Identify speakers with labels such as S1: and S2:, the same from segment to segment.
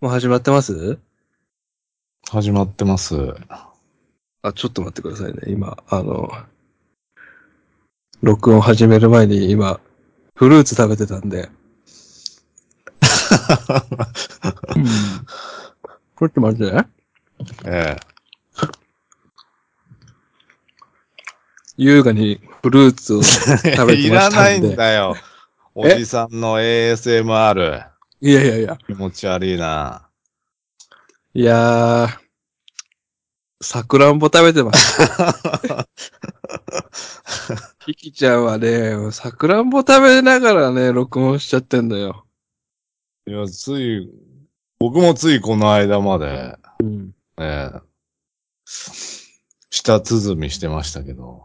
S1: もう始まってます
S2: 始まってます。
S1: あ、ちょっと待ってくださいね。今、あの、録音始める前に今、フルーツ食べてたんで。これってマジで
S2: ええ。
S1: 優雅にフルーツを食べてましたんで。
S2: いらないんだよ。おじさんの ASMR。
S1: いやいやいや。
S2: 気持ち悪いな。
S1: いやー、さくらんぼ食べて ます。キキちゃんはね、さくらんぼ食べながらね、録音しちゃってんだよ。
S2: いや、つい、僕もついこの間まで、
S1: うん。
S2: ええ。舌鼓みしてましたけど、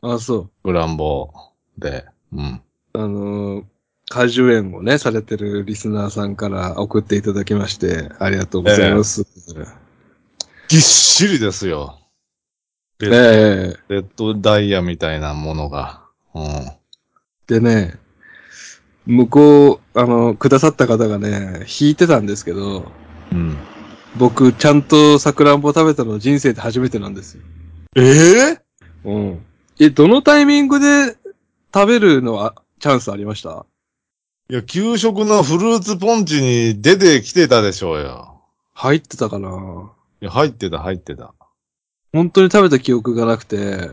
S1: あ、そ
S2: グランボで、うん。
S1: う。あのー果樹園をね、されてるリスナーさんから送っていただきまして、ありがとうございます。
S2: ぎっしりですよ。レ
S1: え
S2: ッ
S1: え
S2: レッドダイヤみたいなものが。うん。
S1: でね、向こう、あの、くださった方がね、弾いてたんですけど、
S2: うん。
S1: 僕、ちゃんとさくらんぼ食べたの人生で初めてなんですよ。
S2: ええ
S1: うん。え、どのタイミングで食べるのはチャンスありました
S2: いや、給食のフルーツポンチに出てきてたでしょうよ。
S1: 入ってたかない
S2: や、入ってた、入ってた。
S1: 本当に食べた記憶がなくて、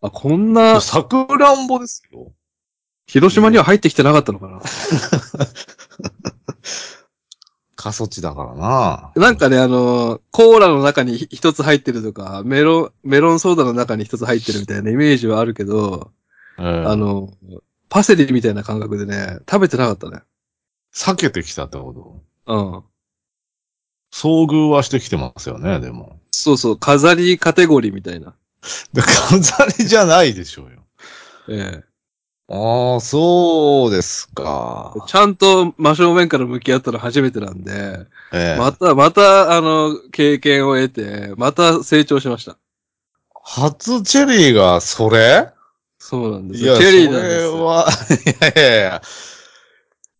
S1: あ、こんな、
S2: さくらんぼですよ。
S1: 広島には入ってきてなかったのかな、
S2: 過疎地だからな。
S1: なんかね、あの、コーラの中にひ一つ入ってるとか、メロン、メロンソーダの中に一つ入ってるみたいなイメージはあるけど、
S2: ええ
S1: あの、パセリみたいな感覚でね、食べてなかったね。
S2: 避けてきたってこと
S1: うん。
S2: 遭遇はしてきてますよね、でも。
S1: そうそう、飾りカテゴリーみたいな。
S2: で、飾りじゃないでしょうよ。
S1: え
S2: ああ、そうですか
S1: え。ちゃんと真正面から向き合ったの初めてなんで、
S2: ええ
S1: また、また、あの、経験を得て、また成長しました。
S2: 初チェリーがそれ
S1: そうなんで
S2: い
S1: すよ。
S2: や、
S1: チェリーなん
S2: そ
S1: で
S2: れ
S1: すよ。
S2: は、いやいやいや。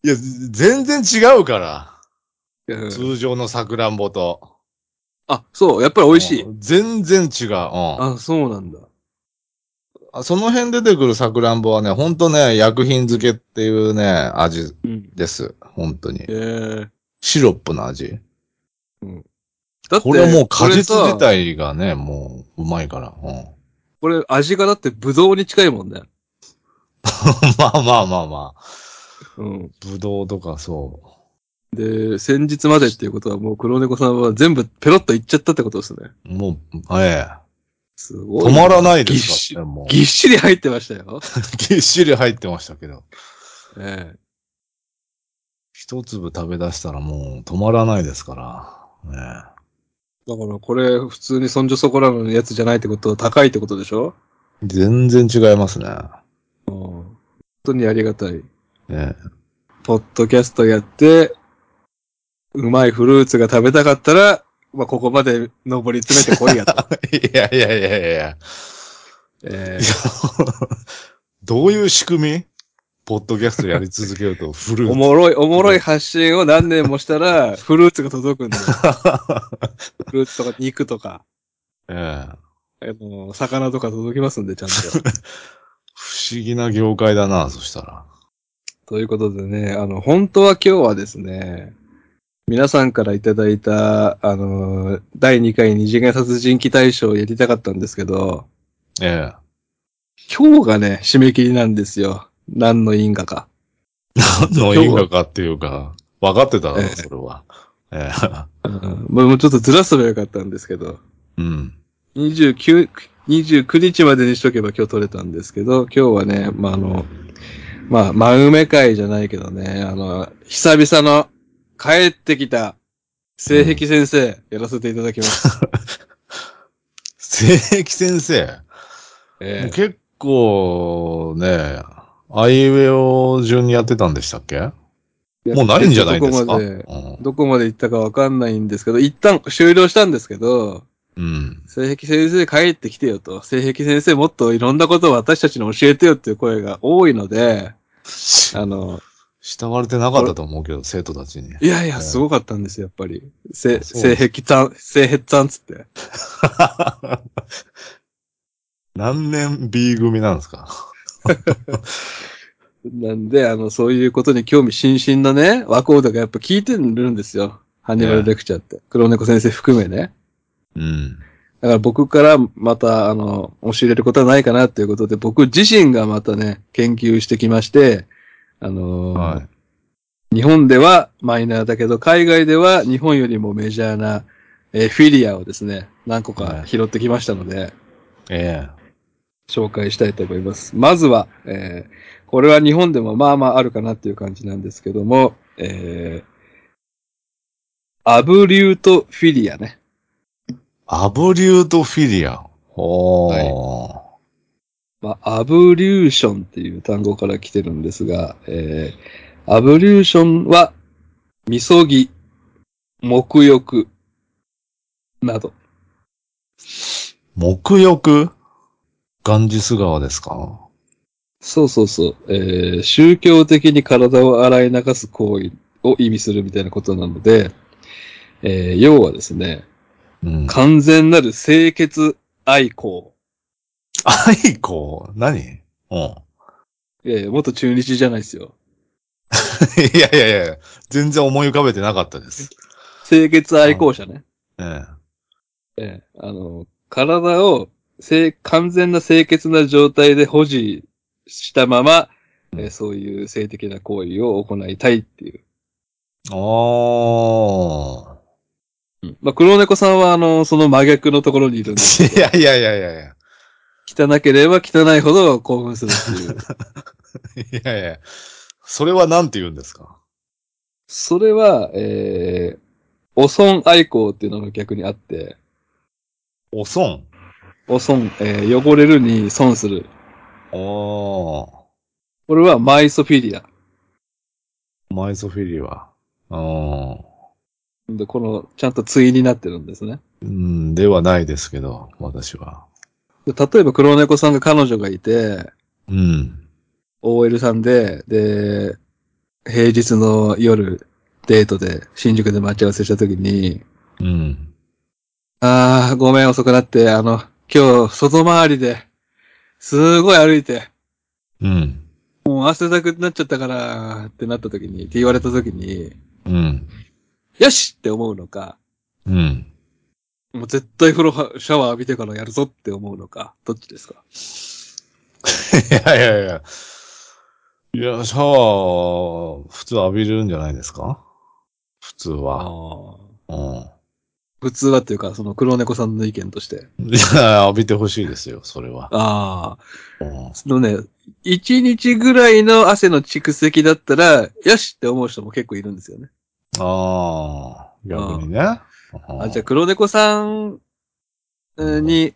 S2: いや、全然違うから。
S1: うん
S2: 通常のさくらんぼと。
S1: あ、そう、やっぱり美味しい。
S2: うん全然違う。うん
S1: あ、そうなんだ。
S2: あその辺出てくるさくらんぼはね、ほんとね、薬品漬けっていうね、味
S1: うん。
S2: です。本当に
S1: ええ。
S2: シロップの味。
S1: だって、
S2: これもう果実
S1: これさ
S2: 自体がね、もううまいから。うん
S1: これ味がだってブドウに近いもんね。
S2: まあまあまあまあ。
S1: うん。
S2: ぶどうとかそ
S1: で、先日までっていうことはもう黒猫さんは全部ペロッといっちゃったってことですね。
S2: う。もう、え
S1: す
S2: え。
S1: ごい。。
S2: 止まらないいですからね、もう。
S1: ぎっしり入ってましたよ。
S2: ぎっしり入ってましたけど。
S1: ええ
S2: 一粒食べ出したらもう止まらないですから。ね
S1: だからこれ普通にそんじょそこらのやつじゃないってことは高いってことでしょ
S2: え全然違いますね。
S1: うん。本当にありがたい。
S2: ね
S1: ポッドキャストやって、うまいフルーツが食べたかったら、まあ、ここまで登り詰めてこいやと。
S2: え いやいやいやいやいや。
S1: え
S2: いやどういう仕組みポッドキャストやり続け るとフル
S1: ー、
S2: ー
S1: お
S2: ツ
S1: もろい、おもろい発信を何年もしたら、フルーツが届くんだよ。フルーツとか肉とか、
S2: ええ
S1: あの、魚とか届きますんで、ちゃんと。
S2: 不思議な業界だな、そしたら。
S1: ということでね、あの、本当は今日はですね、皆さんからいただいた、あの、第2回二次元殺人鬼大賞をやりたかったんですけど、
S2: え
S1: 今日がね、締め切りなんですよ。何の因果か。
S2: えの因果かっていうか、分かってた
S1: え
S2: な、
S1: え
S2: それは。ええ
S1: うんまあもうちょっとずらすればよかったんですけど、
S2: うん。
S1: 29、29日までにしとけば今日取れたんですけど、今日はね、まあ、あの、まあ、真埋め会じゃないけどね、あの、久々の帰ってきた、聖壁先生、やらせていただきます。
S2: 聖壁先生。
S1: ええ
S2: 結構、ね、アイウェオ順にやってたんでしたっけもうないんじゃないですか
S1: どこまで、どこまで行ったかわかんないんですけど、一旦終了したんですけど、
S2: うん。うん
S1: 聖壁先生帰ってきてよと、聖壁先生もっといろんなことを私たちに教えてよっていう声が多いので、あの、
S2: 慕われてなかったと思うけど、生徒たちに。
S1: いやい
S2: ええ
S1: や、すごかったんですよ、やっぱり。せ、
S2: そうで
S1: 性癖たん、性癖たんつって。
S2: 何年 B 組なんですか
S1: なんで、あの、そういうことに興味津々なね、若人がやっぱ聞いてるんですよ。ハンニバルレクチャーって。黒猫先生含めね。
S2: うん。
S1: だから僕からまた、あの、教えれることはないかなっていうことで、僕自身がまたね、研究してきまして、あのー
S2: は
S1: 日本ではマイナーだけど、海外では日本よりもメジャーな、えーフィリアをですね、何個か拾ってきましたので、
S2: い。え
S1: 紹介したいと思います。まずは、えーこれは日本でもまあまああるかなっていう感じなんですけども、えーアブリュートフィリアね。
S2: えアブリュートフィリア。ほー。
S1: まあ、アブリューションっていう単語から来てるんですが、えーアブリューションは、みそぎ、沐浴、など。
S2: 沐浴ガンジス川ですか
S1: そうそうそう、えー宗教的に体を洗い流す行為を意味するみたいなことなので、えー要はですね、
S2: うん。
S1: 完全なる清潔愛好。
S2: 愛好何うん。
S1: ええ、元中日じゃないですよ。
S2: いやいやいや、全然思い浮かべてなかったです。
S1: 清潔愛好者ね。
S2: え
S1: ええ、あの、体を清完全な清潔な状態で保持したまま、ええそういう性的な行為を行いたいっていう。
S2: え。お
S1: まあ、黒猫さんは、あの、その真逆のところにいるん で、
S2: ー。いやいやいやいやいや。
S1: 汚ければ汚いほど興奮するっていう。
S2: いやいや。それは何て言うんですか
S1: それは、ええお損愛好っていうのが逆にあって、
S2: お損。
S1: お損、ええ汚れるに損する。
S2: おー。
S1: これはマイソフィリア。
S2: マイソフィリは。うん。
S1: で、この、ちゃんと対になってるんですね。
S2: うん、ではないですけど、私は。
S1: で例えば黒猫さんが彼女がいて、
S2: うん。
S1: OL さんで、で、平日の夜、デートで、新宿で待ち合わせした時に、
S2: うん。
S1: あー、ごめん遅くなって、あの、今日、外回りで、すごい歩いて、
S2: うん。
S1: もう汗だくになっちゃったから、ってなった時に、って言われた時に、
S2: うん。
S1: よしって思うのか、
S2: うん。
S1: もう絶対風呂は、シャワー浴びてからやるぞって思うのか、どっちですか
S2: いやいやいや。いや、シャワー、普通浴びるんじゃないですか普通は。
S1: あー。
S2: うん。
S1: 普通はっていうか、その黒猫さんの意見として。
S2: いや、浴びてほしいですよ、それは。
S1: ああ。
S2: うん
S1: そのね、一日ぐらいの汗の蓄積だったら、よしって思う人も結構いるんですよね。
S2: ああ、逆にね。
S1: あ、じゃあ
S2: あ、
S1: 黒猫さんえーに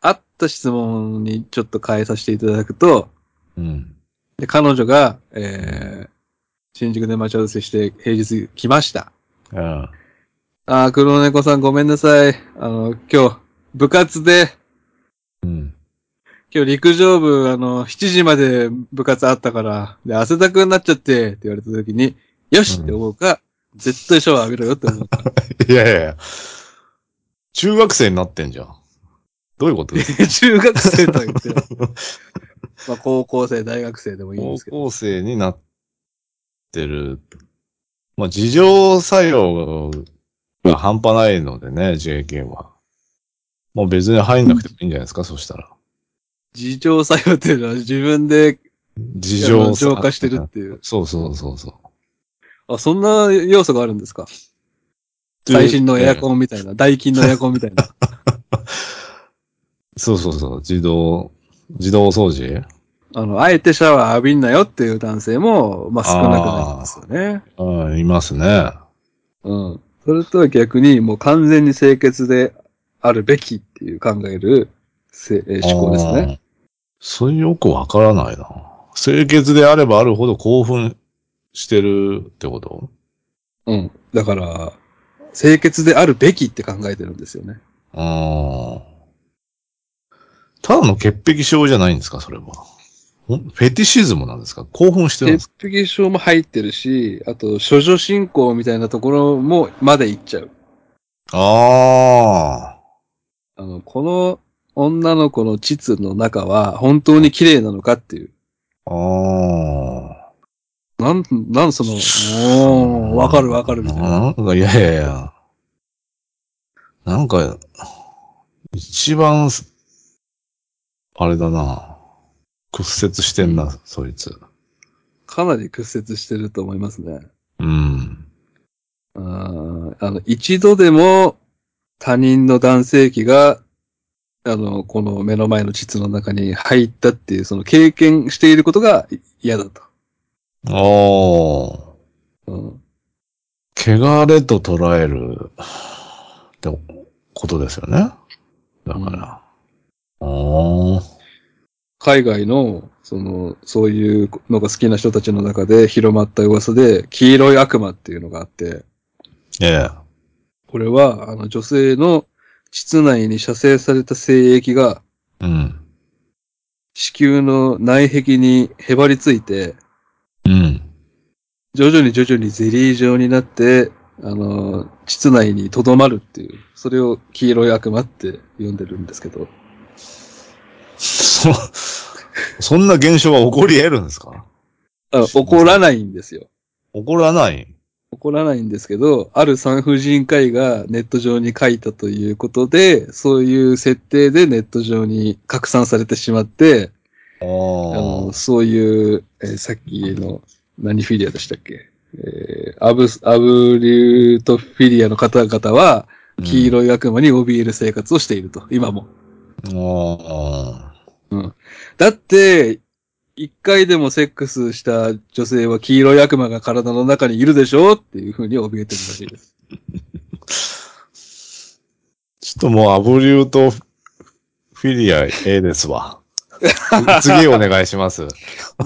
S1: あった質問にちょっと変えさせていただくと、
S2: うん。
S1: で彼女が、えー、新宿で待ち合わせして平日来ました。
S2: うん。
S1: ああ、黒猫さんごめんなさい。あの、今日、部活で、
S2: うん。
S1: 今日陸上部、あの、7時まで部活あったから、で、汗だくになっちゃって、って言われた時に、よし
S2: うん
S1: って思うか、絶対シャワー浴びろよって思うか。
S2: いやいやいや。中学生になってんじゃん。どういうこと ですか
S1: 中学生とは 言ってない。まあ、高校生、大学生でもいいん
S2: 高
S1: ですけど。
S2: 校生になってる。まあ、事情作用が半端ないのでね、JK は。もう別に入んなくてもいいんじゃないですか、そしたら。
S1: 自浄作用っていうのは自分で、
S2: 事情
S1: 浄化してるっていう。
S2: そうそうそうそう。
S1: あ、そんな要素があるんですか最新のエア
S2: ン。
S1: コンみたいな、ダイキンのエアコンみたいな。
S2: そうそうそう。自動、自動掃除
S1: あの、あえてシャワー浴びんなよっていう男性も、まあ、少なくないんですよね。
S2: うん、いますね。
S1: うん。それとは逆に、もう完全に清潔であるべきっていう考えるせえー思考ですね。
S2: あー。それよくわからないな。清潔であればあるほど興奮してるってこと
S1: うん。だから、清潔であるべきって考えてるんですよね。
S2: ああ。ただの潔癖症じゃないんですか、それは。ほんフェティシズムなんですか興奮してるんです
S1: 潔癖症も入ってるし、あと、処女信仰みたいなところも、まで行っちゃう。
S2: かああ。
S1: あの、この女の子の膣の中は、本当に綺麗なのかっていう。
S2: ああ。
S1: なん、なんその、おー、わかるわかるみたいな。
S2: なんか、いやいやいや。なんか、一番す、あれだな。屈折してんな、そいつ。
S1: かなり屈折してると思いますね。
S2: うん。
S1: あーあの、一度でも他人の男性器が、あの、この目の前の膣の中に入ったっていう、その経験していることが嫌だと。
S2: ああ。
S1: うん、
S2: 汚れと捉える、ってことですよね。だから。ああ。
S1: 海外の、その、そういうのが好きな人たちの中で広まった噂で、黄色い悪魔っていうのがあって、
S2: ええ。
S1: これは、あの、女性の膣内に射精された精液が、
S2: うん。
S1: 子宮の内壁にへばりついて、
S2: うん。
S1: 徐々に徐々にゼリー状になって、あの、膣内に留まるっていう、それを黄色い悪魔って呼んでるんですけど、
S2: そ、 そんな現象は起こり得るんですか
S1: あ怒らないんですよ。
S2: 起こらない。
S1: 怒らないんですけど、ある産婦人科医がネット上に書いたということで、そういう設定でネット上に拡散されてしまって、
S2: あ
S1: あ
S2: あ
S1: のそういう、えーさっきの、何フィリアでしたっけえーアブス、アブリュートフィリアの方々は、黄色い悪魔に怯える生活をしていると、今も。
S2: うんあ
S1: だって、一回でもセックスした女性は黄色い悪魔が体の中にいるでしょっていう風に怯えてるらしい です。
S2: ーちょっともうアブリュートフィリア A です わ。次お願いします。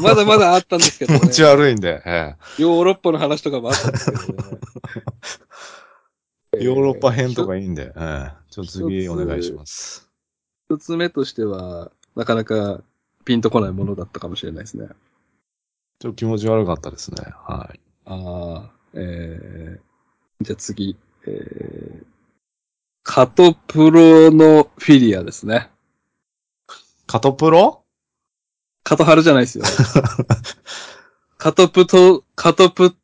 S1: まだまだあったんですけ
S2: 気
S1: ど、ね、
S2: 持ち悪いんで、え
S1: ヨーロッパの話とかもあったんですけどね。
S2: え。ヨーロッパ編とかいいんで、ええ。ちょっと次お願いします。
S1: 一つ目としては、なかなかピンとこないものだったかもしれないですね。
S2: ちょっと気持ち悪かったですね。はい。
S1: ああ、えー、じゃあ次、えー、カトプロのフィリアですね。
S2: カトプロ
S1: カトハルじゃないです よ。カトプト、カトプ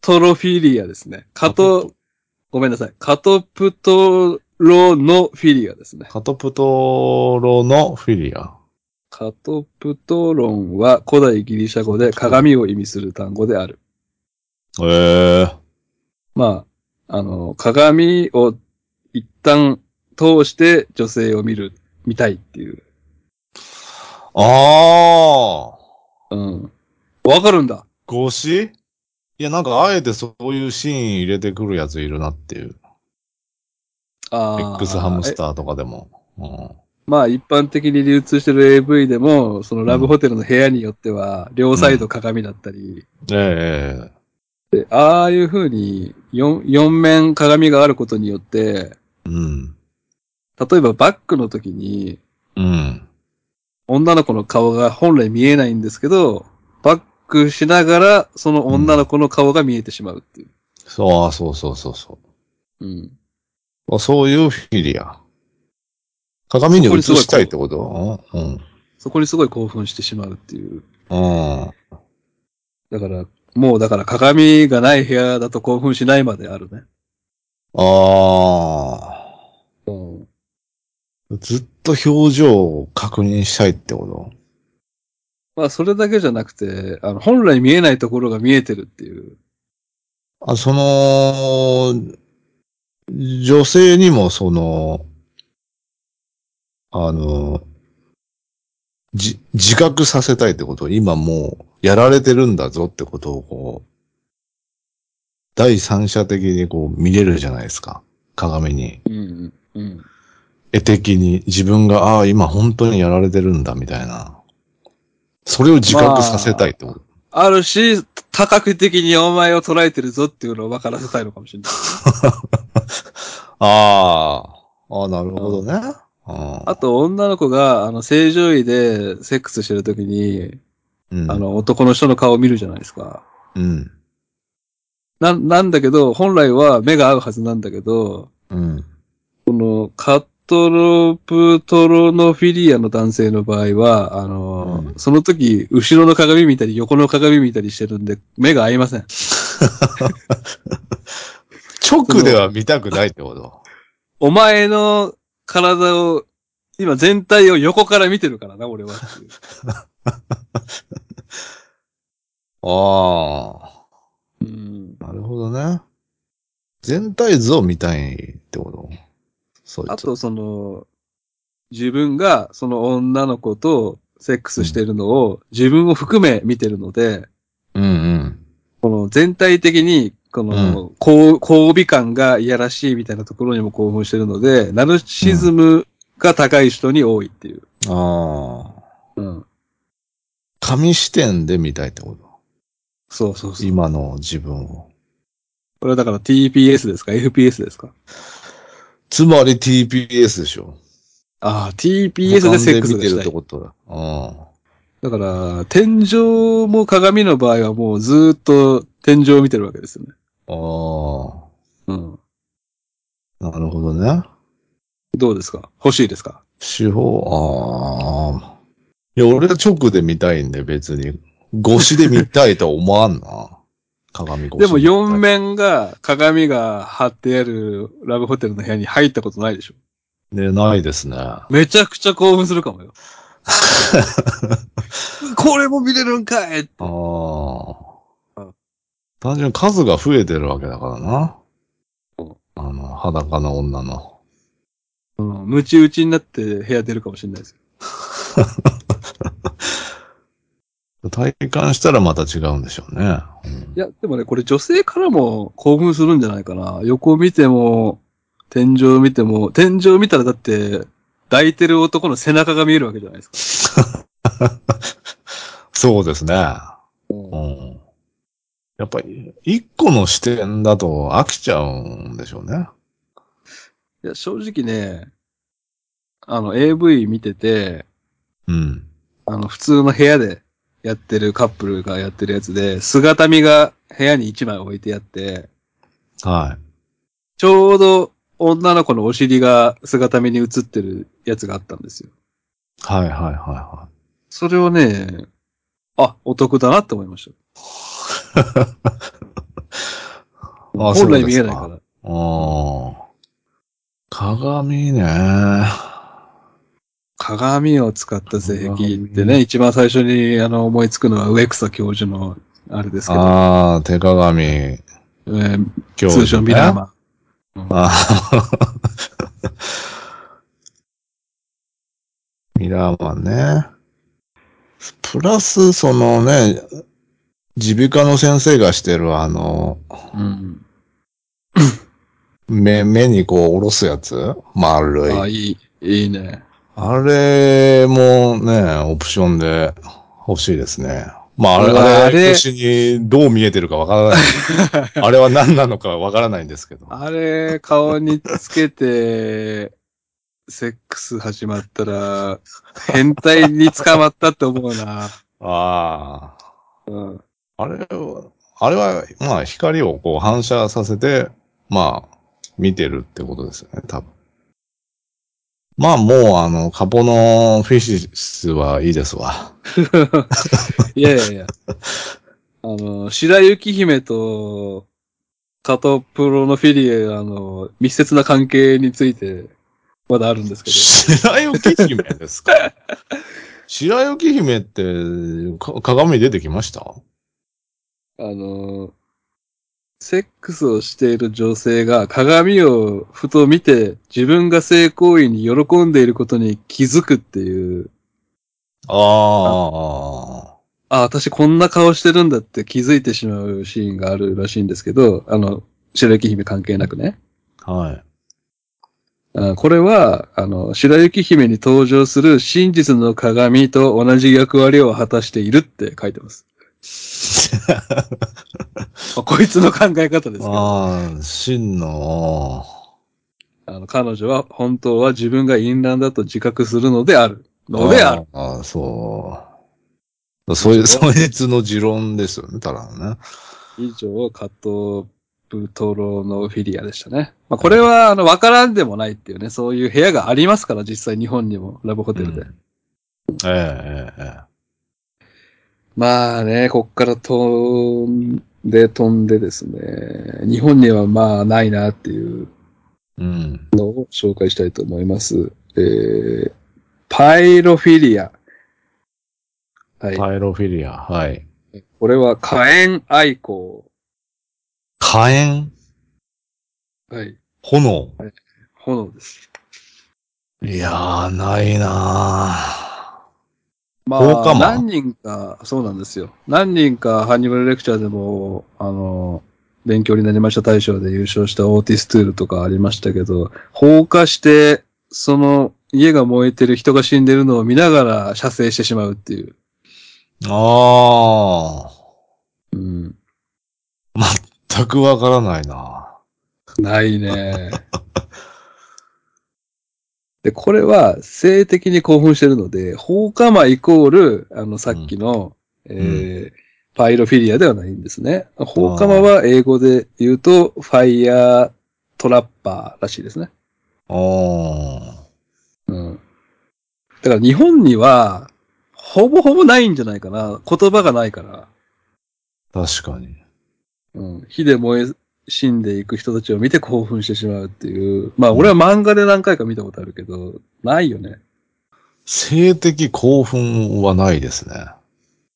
S1: トロフィリアですね。カト、ごめんなさい。カトプトロのフィリアですね。
S2: カトプトロのフィリア。
S1: カトプトロンは古代ギリシャ語で鏡を意味する単語である。
S2: ええ
S1: まあ、あの、鏡を一旦通して女性を見る、見たいっていう。
S2: ああ
S1: うん。わかるんだ。
S2: ゴシいや、なんかあえてそういうシーン入れてくるやついるなっていう。
S1: ああ。
S2: X ハムス
S1: え
S2: ターとかでも。うん
S1: まあ一般的に流通してる AV でも、そのラブホテルの部屋によっては、両サイド鏡だったり、
S2: ええ
S1: でああいう風に四四面鏡があることによって、
S2: ええうん。
S1: 例えばバックの時に、
S2: うん。
S1: 女の子の顔が本来見えないんですけど、バックしながら、その女の子の顔が見えてしまうっていう。
S2: そう、あそうそうそうそ
S1: うん。
S2: う。あそういうフィリア。鏡に映したいってことうん。
S1: そこにすごい興奮してしまうっていう。
S2: うん。
S1: だから、もうだから鏡がない部屋だと興奮しないまであるね。
S2: ああ
S1: うん。
S2: ー。ずっと表情を確認したいってこと
S1: まあそれだけじゃなくて、あの、本来見えないところが見えてるっていう。
S2: あ、その、女性にもその、あの、じ、自覚させたいってこと、今もうやられてるんだぞってことをこう、第三者的にこう見れるじゃないですか。鏡に。
S1: うん。うん。
S2: 絵的に自分が、ああ、今本当にやられてるんだみたいな。それを自覚させたいってこと。
S1: あるし、多角的にお前を捉えてるぞっていうのを分からせたいのかもしれ ない。
S2: ああ、ああ、なるほどね。あ
S1: あと、女の子が、あの、正常位でセックスしてるときに、
S2: うん。
S1: あ、の、男の人の顔を見るじゃないですか。
S2: うん。
S1: な、なんだけど、本来は目が合うはずなんだけど、
S2: うん。
S1: このカトロプトロノフィリアの男性の場合は、あの、
S2: うん
S1: その時、後ろの鏡見たり、横の鏡見たりしてるんで、目が合いません。
S2: 直では見たくないってこと
S1: お前の体を、今全体を横から見てるからな、俺はっていう。
S2: あ
S1: うん。
S2: あ。なるほどね。全体像を見たいってことそうい
S1: あ
S2: う
S1: と、その、自分がその女の子とセックスしてるのを自分を含め見てるので、
S2: うんうん。
S1: この全体的に、この、こう交尾感がいやらしいみたいなところにも興奮してるので、ナルシズムが高い人に多いっていう。
S2: ああ。
S1: うん。
S2: 紙視点で見たいってこと
S1: そうそうそう。
S2: 今の自分を。
S1: これはだから TPS ですか ?FPS ですか
S2: つまり TPS でしょ。
S1: ああ、TPS でセックスが
S2: 俯瞰で見て
S1: した
S2: るって
S1: い。
S2: ことだ。
S1: だ
S2: う
S1: から、天井も鏡の場合はもうずーっと天井を見てるわけですよね。
S2: ん。ああ。
S1: うん。
S2: なるほどね。
S1: どうですか欲しいですか
S2: 手法、ああ。いや、俺は直で見たいんで、別に。越しで見たいとは思わ んな。鏡越し。
S1: でも4。面が鏡が貼ってあるラブホテルの部屋に入ったことないでしょ
S2: ね、ないですね。
S1: めちゃくちゃ興奮するかもよ。これも見れるんかい
S2: あ
S1: う
S2: あ
S1: ん。
S2: 単純に数が増えてるわけだからな
S1: うん。
S2: あの、裸の女の。
S1: うん、ムチ打ちになって部屋出るかもしれないですよ。
S2: 体感したらまた違うんでしょうね。うん
S1: いや、でもね、これ女性からも興奮するんじゃないかな。横見ても、天井見ても、天井見たらだって、抱いてる男の背中が見えるわけじゃないですか。
S2: そうですね。うん。やっぱり、一個の視点だと飽きちゃうんでしょうね。
S1: いや、正直ね、あの、AV 見てて、
S2: うん。
S1: あの、普通の部屋でやってるカップルがやってるやつで、姿見が部屋に1枚置いてあって、
S2: はい。
S1: ちょうど女の子のお尻が姿見に映ってるやつがあったんですよ。
S2: はいはいはいは
S1: それをね、あ、お得だなって思いました。
S2: い。あ
S1: 本来見えないか。
S2: そうです
S1: ら。
S2: うん。鏡ね。
S1: 鏡を使った性癖って
S2: 鏡
S1: ね、一番最初にあの思いつくのは植草教授のあれですけど、
S2: ああ、手鏡。
S1: えー
S2: 今日、
S1: 通称ミラーマン。うん
S2: あー ミラーマンね。プラス、そのね、耳鼻科の先生がしてるあの、
S1: うん。
S2: 目、目にこう下ろすやつ丸い。
S1: あ、いい、いいね。
S2: あれもね、オプションで欲しいですね。まあ、あれ、
S1: うわ
S2: あ
S1: あ
S2: れ、
S1: れ
S2: 越しにどう見えてるかわからない。 あれは何なのかわからないんですけど。
S1: あれ、顔につけて、セックス始まったら、変態に捕まったって思う な。
S2: あ
S1: うん。
S2: あ。あれは、あれは、まあ、光をこう反射させて、まあ、見てるってことですよね、多分。まあ、もう、あの、カポのフィシスはいいですわ。
S1: いやいやいや。あの、白雪姫と、カトプロのフィリエ、あの、密接な関係について、まだあるんですけど。
S2: 白雪姫です か白雪姫って、か鏡に出てきました
S1: あの、セックスをしている女性が鏡をふと見て自分が性行為に喜んでいることに気づくっていう、
S2: あ
S1: あ、私こんな顔してるんだって気づいてしまうシーンがあるらしいんですけど、あの、白雪姫関係なくね。
S2: あ、はい。
S1: あこれは、あの、白雪姫に登場する真実の鏡と同じ役割を果たしているって書いてます。まあこいつの考え方ですけど。
S2: ああ、真の、
S1: あの、彼女は本当は自分が淫乱だと自覚するのである。のである。
S2: ああ、そそういう、そいつの持論ですよね、ただのね。
S1: 以上、加藤ブトロのフィリアでしたね。まあ、これは、あの、わからんでもないっていうね、そういう部屋がありますから、実際日本にも、ラブホテルで。
S2: うんえええええ
S1: まあね、こっから飛んで、飛んでですね、日本にはまあないなっていう
S2: え。うん。
S1: のを紹介したいと思います。えー、パイロフィリア。はい。
S2: パイロフィリア、はい。
S1: これは火炎愛好。
S2: 火炎、
S1: はい。
S2: 炎。
S1: 炎です。
S2: いやー、ないな
S1: ま
S2: 放火
S1: あ、
S2: 魔
S1: 何人か、そうなんですよ。何人かハンニバルレクチャーでも、あの、勉強になりました大賞で優勝したオーティストゥールとかありましたけど、放火して、その家が燃えてる人が死んでるのを見ながら射精してしまうっていう。
S2: ー。あ
S1: うん。
S2: ー、全くわからないな
S1: ないね。で、これは性的に興奮してるので、放火魔イコール、あの、さっきの、えーパイロフィリアではないんですね。放火魔は英語で言うと、ファイヤートラッパーらしいですね。
S2: あー。
S1: うん。だから日本には、ほぼほぼないんじゃないかな。言葉がないから。
S2: 確かに。
S1: うん、火で燃え、死んでいく人たちを見て興奮してしまうっていう。まあ、俺は漫画で何回か見たことあるけど、ないよね。
S2: 性的興奮はないですね。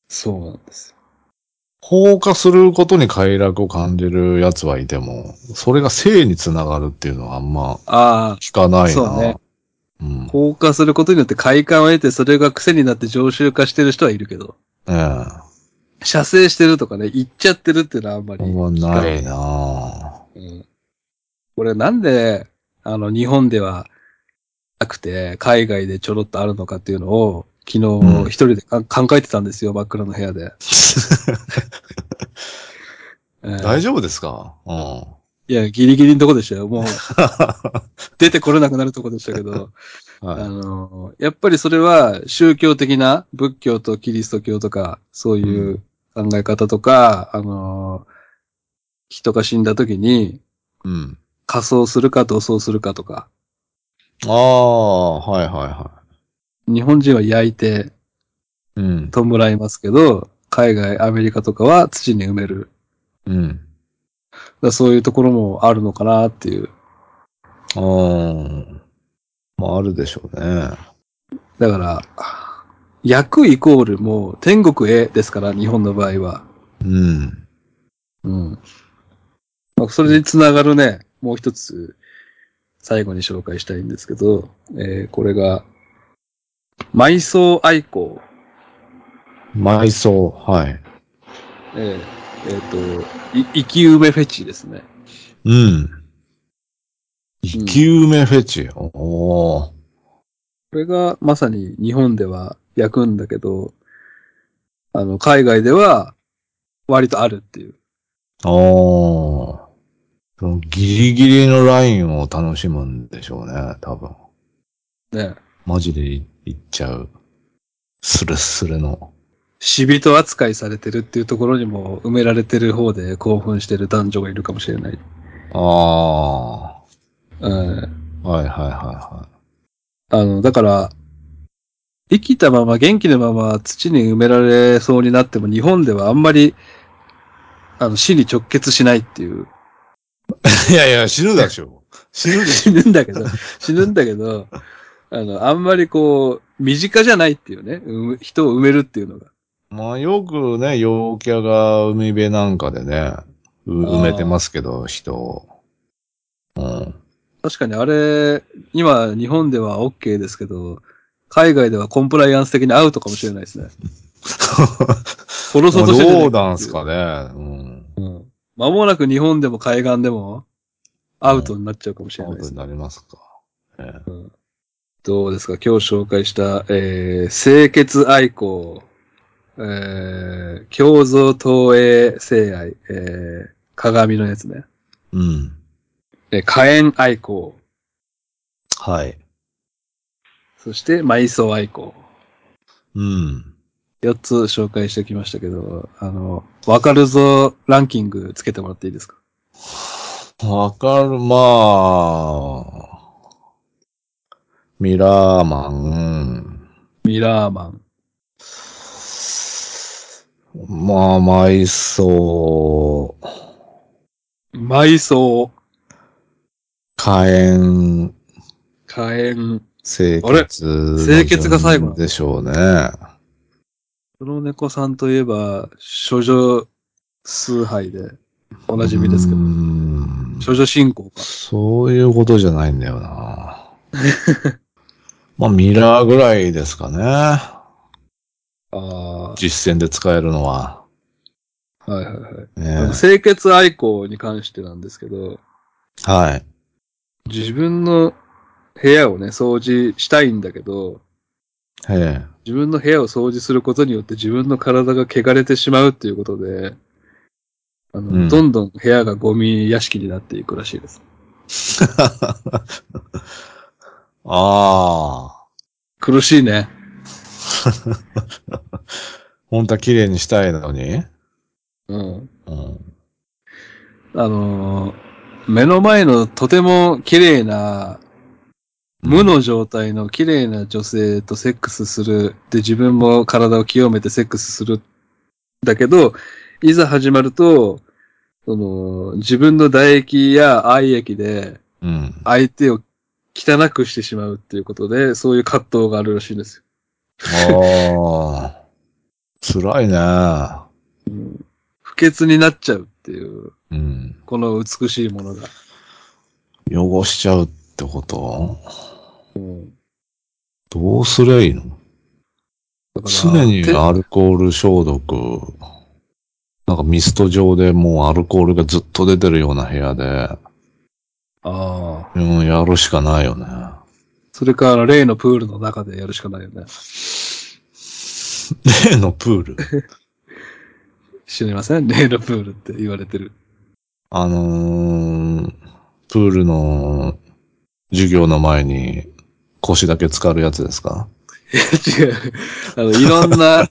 S1: そうなんですよ。
S2: 放火することに快楽を感じる奴はいても、それが性につながるっていうのはあんま
S1: あ
S2: 聞かないな。
S1: そうね
S2: うん
S1: あ、。放火することによって快感を得て、それが癖になって常習化してる人はいるけど、
S2: ええ。
S1: 射精してるとかね、言っちゃってるっていうのはあんまり
S2: あんま
S1: 聞か
S2: ないな
S1: うんこれなんで、あの、日本ではなくて、海外でちょろっとあるのかっていうのを、昨
S2: うん
S1: 日一人でか、考えてたんですよ、真っ暗の部屋で。えー
S2: 大丈夫ですか うん。
S1: いや、ギリギリのとこでしたよ。もう、出てこれなくなるとこでしたけど、あ
S2: はい。
S1: の、やっぱりそれは宗教的な仏教とキリスト教とか、そういう考え方とか、あの、人が死んだ時に
S2: うん。
S1: 仮装するか同葬するかとか、
S2: ああ、はいはいは
S1: 日本人は焼いて
S2: い。うん。
S1: 弔いますけど、海外、アメリカとかは土に埋める。
S2: うん。
S1: だからそういうところもあるのかなっていう。
S2: ああ。まあ、あるでしょうね。
S1: だから、役イコールもう天国へですから、日本の場合は。
S2: うん。
S1: うん。まあ、それにつながるね、もう一つ、最後に紹介したいんですけど、えーこれが、埋葬愛好。
S2: 埋葬、はい。
S1: えーえーと、い生き埋めフェチですね。
S2: うん。生き埋めフェチ。おー。
S1: これがまさに日本では焼くんだけど、あの、海外では割とあるっていう。
S2: おー。そのギリギリのラインを楽しむんでしょうね、多分。
S1: ね。
S2: マジでいいっちゃう。スレスレの。
S1: 死人扱いされてるっていうところにも埋められてる方で興奮してる男女がいるかもしれない。
S2: ああ。は
S1: うん。
S2: いはいはいは
S1: あの、だから、生きたまま元気のまま土に埋められそうになっても日本ではあんまり、あの、死に直結しないっていう。
S2: い。いやいや、死ぬでしょ。 死ぬでし
S1: 死ぬんだけど、死ぬんだけど、あの、あんまりこう、身近じゃないっていうね。う人を埋めるっていうのが。
S2: ょ。まあよくね、陽キャが海辺なんかでね、う埋めてますけど、人を。うん。
S1: 確かにあれ、今日本では OK ですけど、海外ではコンプライアンス的にアウトかもしれないですね。殺そうとしてんじゃねえ
S2: ど
S1: か
S2: うなんすかね。うん。
S1: うん。間もなく日本でも海岸でもアウトになっちゃうかもしれ
S2: ア
S1: ない
S2: ウ
S1: で
S2: ト
S1: す
S2: に
S1: ね。
S2: なりますか。ええ
S1: どうですか今日紹介した、えー、清潔愛好、えー、胸像投影性愛、えー、鏡のやつね。
S2: うん。
S1: えー、火炎愛好、
S2: はい。
S1: そして埋葬愛好。
S2: うん。
S1: 4つ紹介しておきましたけど、あの、わかるぞランキングつけてもらっていいですか
S2: わかる、まあ。ミラーマン。
S1: ミラーマン。
S2: まあ、マイソー。
S1: 埋葬。
S2: 火炎。
S1: 火炎。
S2: 清
S1: あれ
S2: 潔。
S1: 清潔が最後なの
S2: でしょうね。
S1: 黒猫さんといえば、処女崇拝でおなじみですけど
S2: う、ん
S1: 処女信仰か。
S2: そういうことじゃないんだよな。 まあ、ミラーぐらいですかね。
S1: あ
S2: 実践で使えるのは。
S1: あ、はいはいはい。
S2: ね
S1: 清潔愛好に関してなんですけど、
S2: はい。
S1: 自分の部屋をね、掃除したいんだけど、
S2: え
S1: 自分の部屋を掃除することによって自分の体が汚れてしまうっていうことで、あの、
S2: うん
S1: どんどん部屋がゴミ屋敷になっていくらしいです。
S2: え。ああ。
S1: 苦しいね。
S2: 本当は綺麗にしたいのに。
S1: うん。
S2: うん。
S1: あのー目の前のとても綺麗な、無の状態の綺麗な女性とセックスする。で、自分も体を清めてセックスする。だけど、いざ始まると、その、自分の唾液や愛液で、
S2: うん。
S1: 相手を汚くしてしまうっていうことで、そういう葛藤があるらしいんですよ。
S2: ああ。辛いね。
S1: 不潔になっちゃうっていう、
S2: うん。
S1: この美しいものが。
S2: 汚しちゃうってことどうすりゃいいの
S1: だから
S2: 常に
S1: て
S2: アルコール消毒。なんかミスト状でもうアルコールがずっと出てるような部屋で、
S1: ああ。
S2: うん、やるしかな いよね。
S1: それから、例のプールの中でやるしかないよね。
S2: 例のプール。
S1: 知りません 例のプールって言われてる。
S2: あのー、プールの授業の前に腰だけ浸かるやつですか
S1: 違う。 あの、いろんな、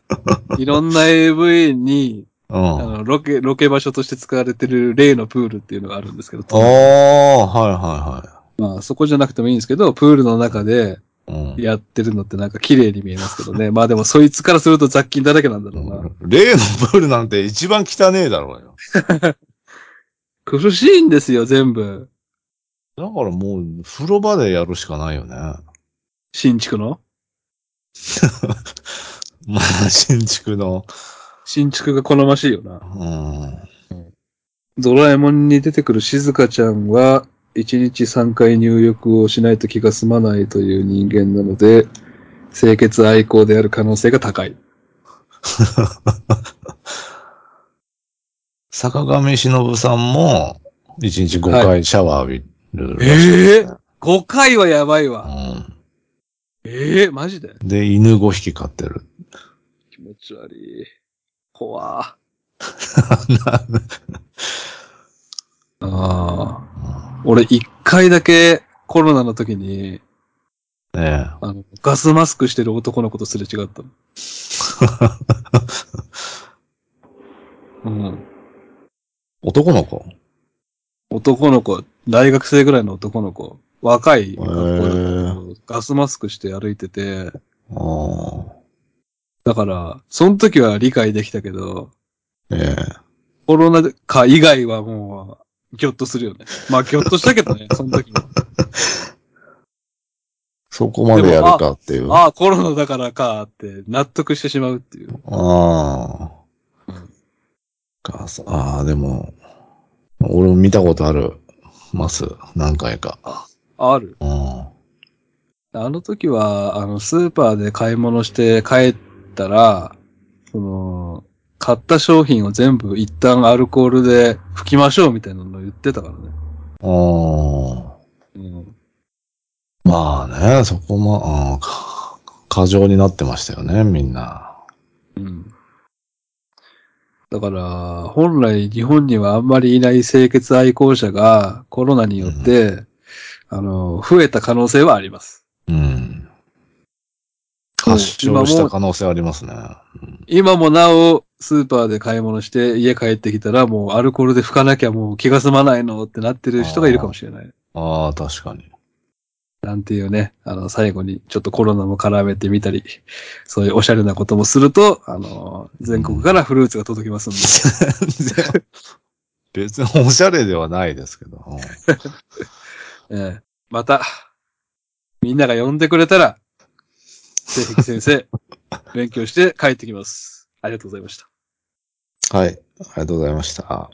S1: いろんな AV に、
S2: う
S1: あ
S2: ん。あ
S1: の、ロケ、ロケ場所として使われてる例のプールっていうのがあるんですけど、
S2: あー、は
S1: まあ、そこじゃなくてもいいんですけど、プールの中で、
S2: いはい。うん
S1: やってるのってなんか綺麗に見えますけどね。まあでもそいつからすると雑菌だらけなんだろうな。
S2: 例のプールなんて一番汚ねえだろうよ。
S1: 苦しいんですよ、全部。
S2: だからもう風呂場でやるしかないよね。
S1: 新築の。
S2: まあ、新築の。
S1: 新築が好ましいよな
S2: う。ん。
S1: ドラえもんに出てくる静香ちゃんは、1日3回入浴をしないと気が済まないという人間なので、清潔愛好である可能性が高い。
S2: 坂上忍さんも、一日5
S1: は
S2: 回シャワー浴びるらしい。
S1: ええ !5 回はやばいわ。
S2: うん
S1: ええマジで
S2: で、犬5匹飼ってる。
S1: 気持ち悪い。怖ああ。俺一回だけコロナの時に、
S2: ね
S1: あの、ガスマスクしてる男の子とすれ違った の。うん。
S2: 男の子
S1: 男の子、大学生ぐらいの男の子、若い学校だった
S2: へ
S1: んだけどガスマスクして歩いてて、
S2: あ
S1: だから、その時は理解できたけど、
S2: あ。ええ。
S1: コロナ禍以外はもう、ぎょっとするよね。まあ、ぎょっとしたけどね、その時も。
S2: そこまでやるかっていう。あ
S1: ああ、コロナだからかって、納得してしまうっていう。
S2: あ
S1: うん。
S2: ガスああ、でも、俺も見たことある。ます。何回か。
S1: ある。
S2: うん。
S1: あの時は、あの、スーパーで買い物して帰ったら、その、買った商品を全部一旦アルコールで拭きましょうみたいなのを言ってたからね。
S2: ああ。
S1: うん。
S2: まあね、そこも、うんか過剰になってましたよね、みんな。
S1: うん。だから、本来日本にはあんまりいない清潔愛好者がコロナによって、あの、増えた可能性はあります。
S2: うん。
S1: そう
S2: 発症した可能性ありますね。うん
S1: 今もなお、スーパーで買い物して家帰ってきたらもうアルコールで拭かなきゃもう気が済まないのってなってる人がいるかもしれない。
S2: ああ、確かに。
S1: なんていうね、あの、最後にちょっとコロナも絡めてみたり、そういうおしゃれなこともすると、あの、全国からフルーツが届きますんで。
S2: 別におしゃれではないですけど。うん
S1: ええまた、みんなが呼んでくれたら、ぜひ先生、勉強して帰ってきます。ありがとうございました。
S2: はい。ありがとうございました。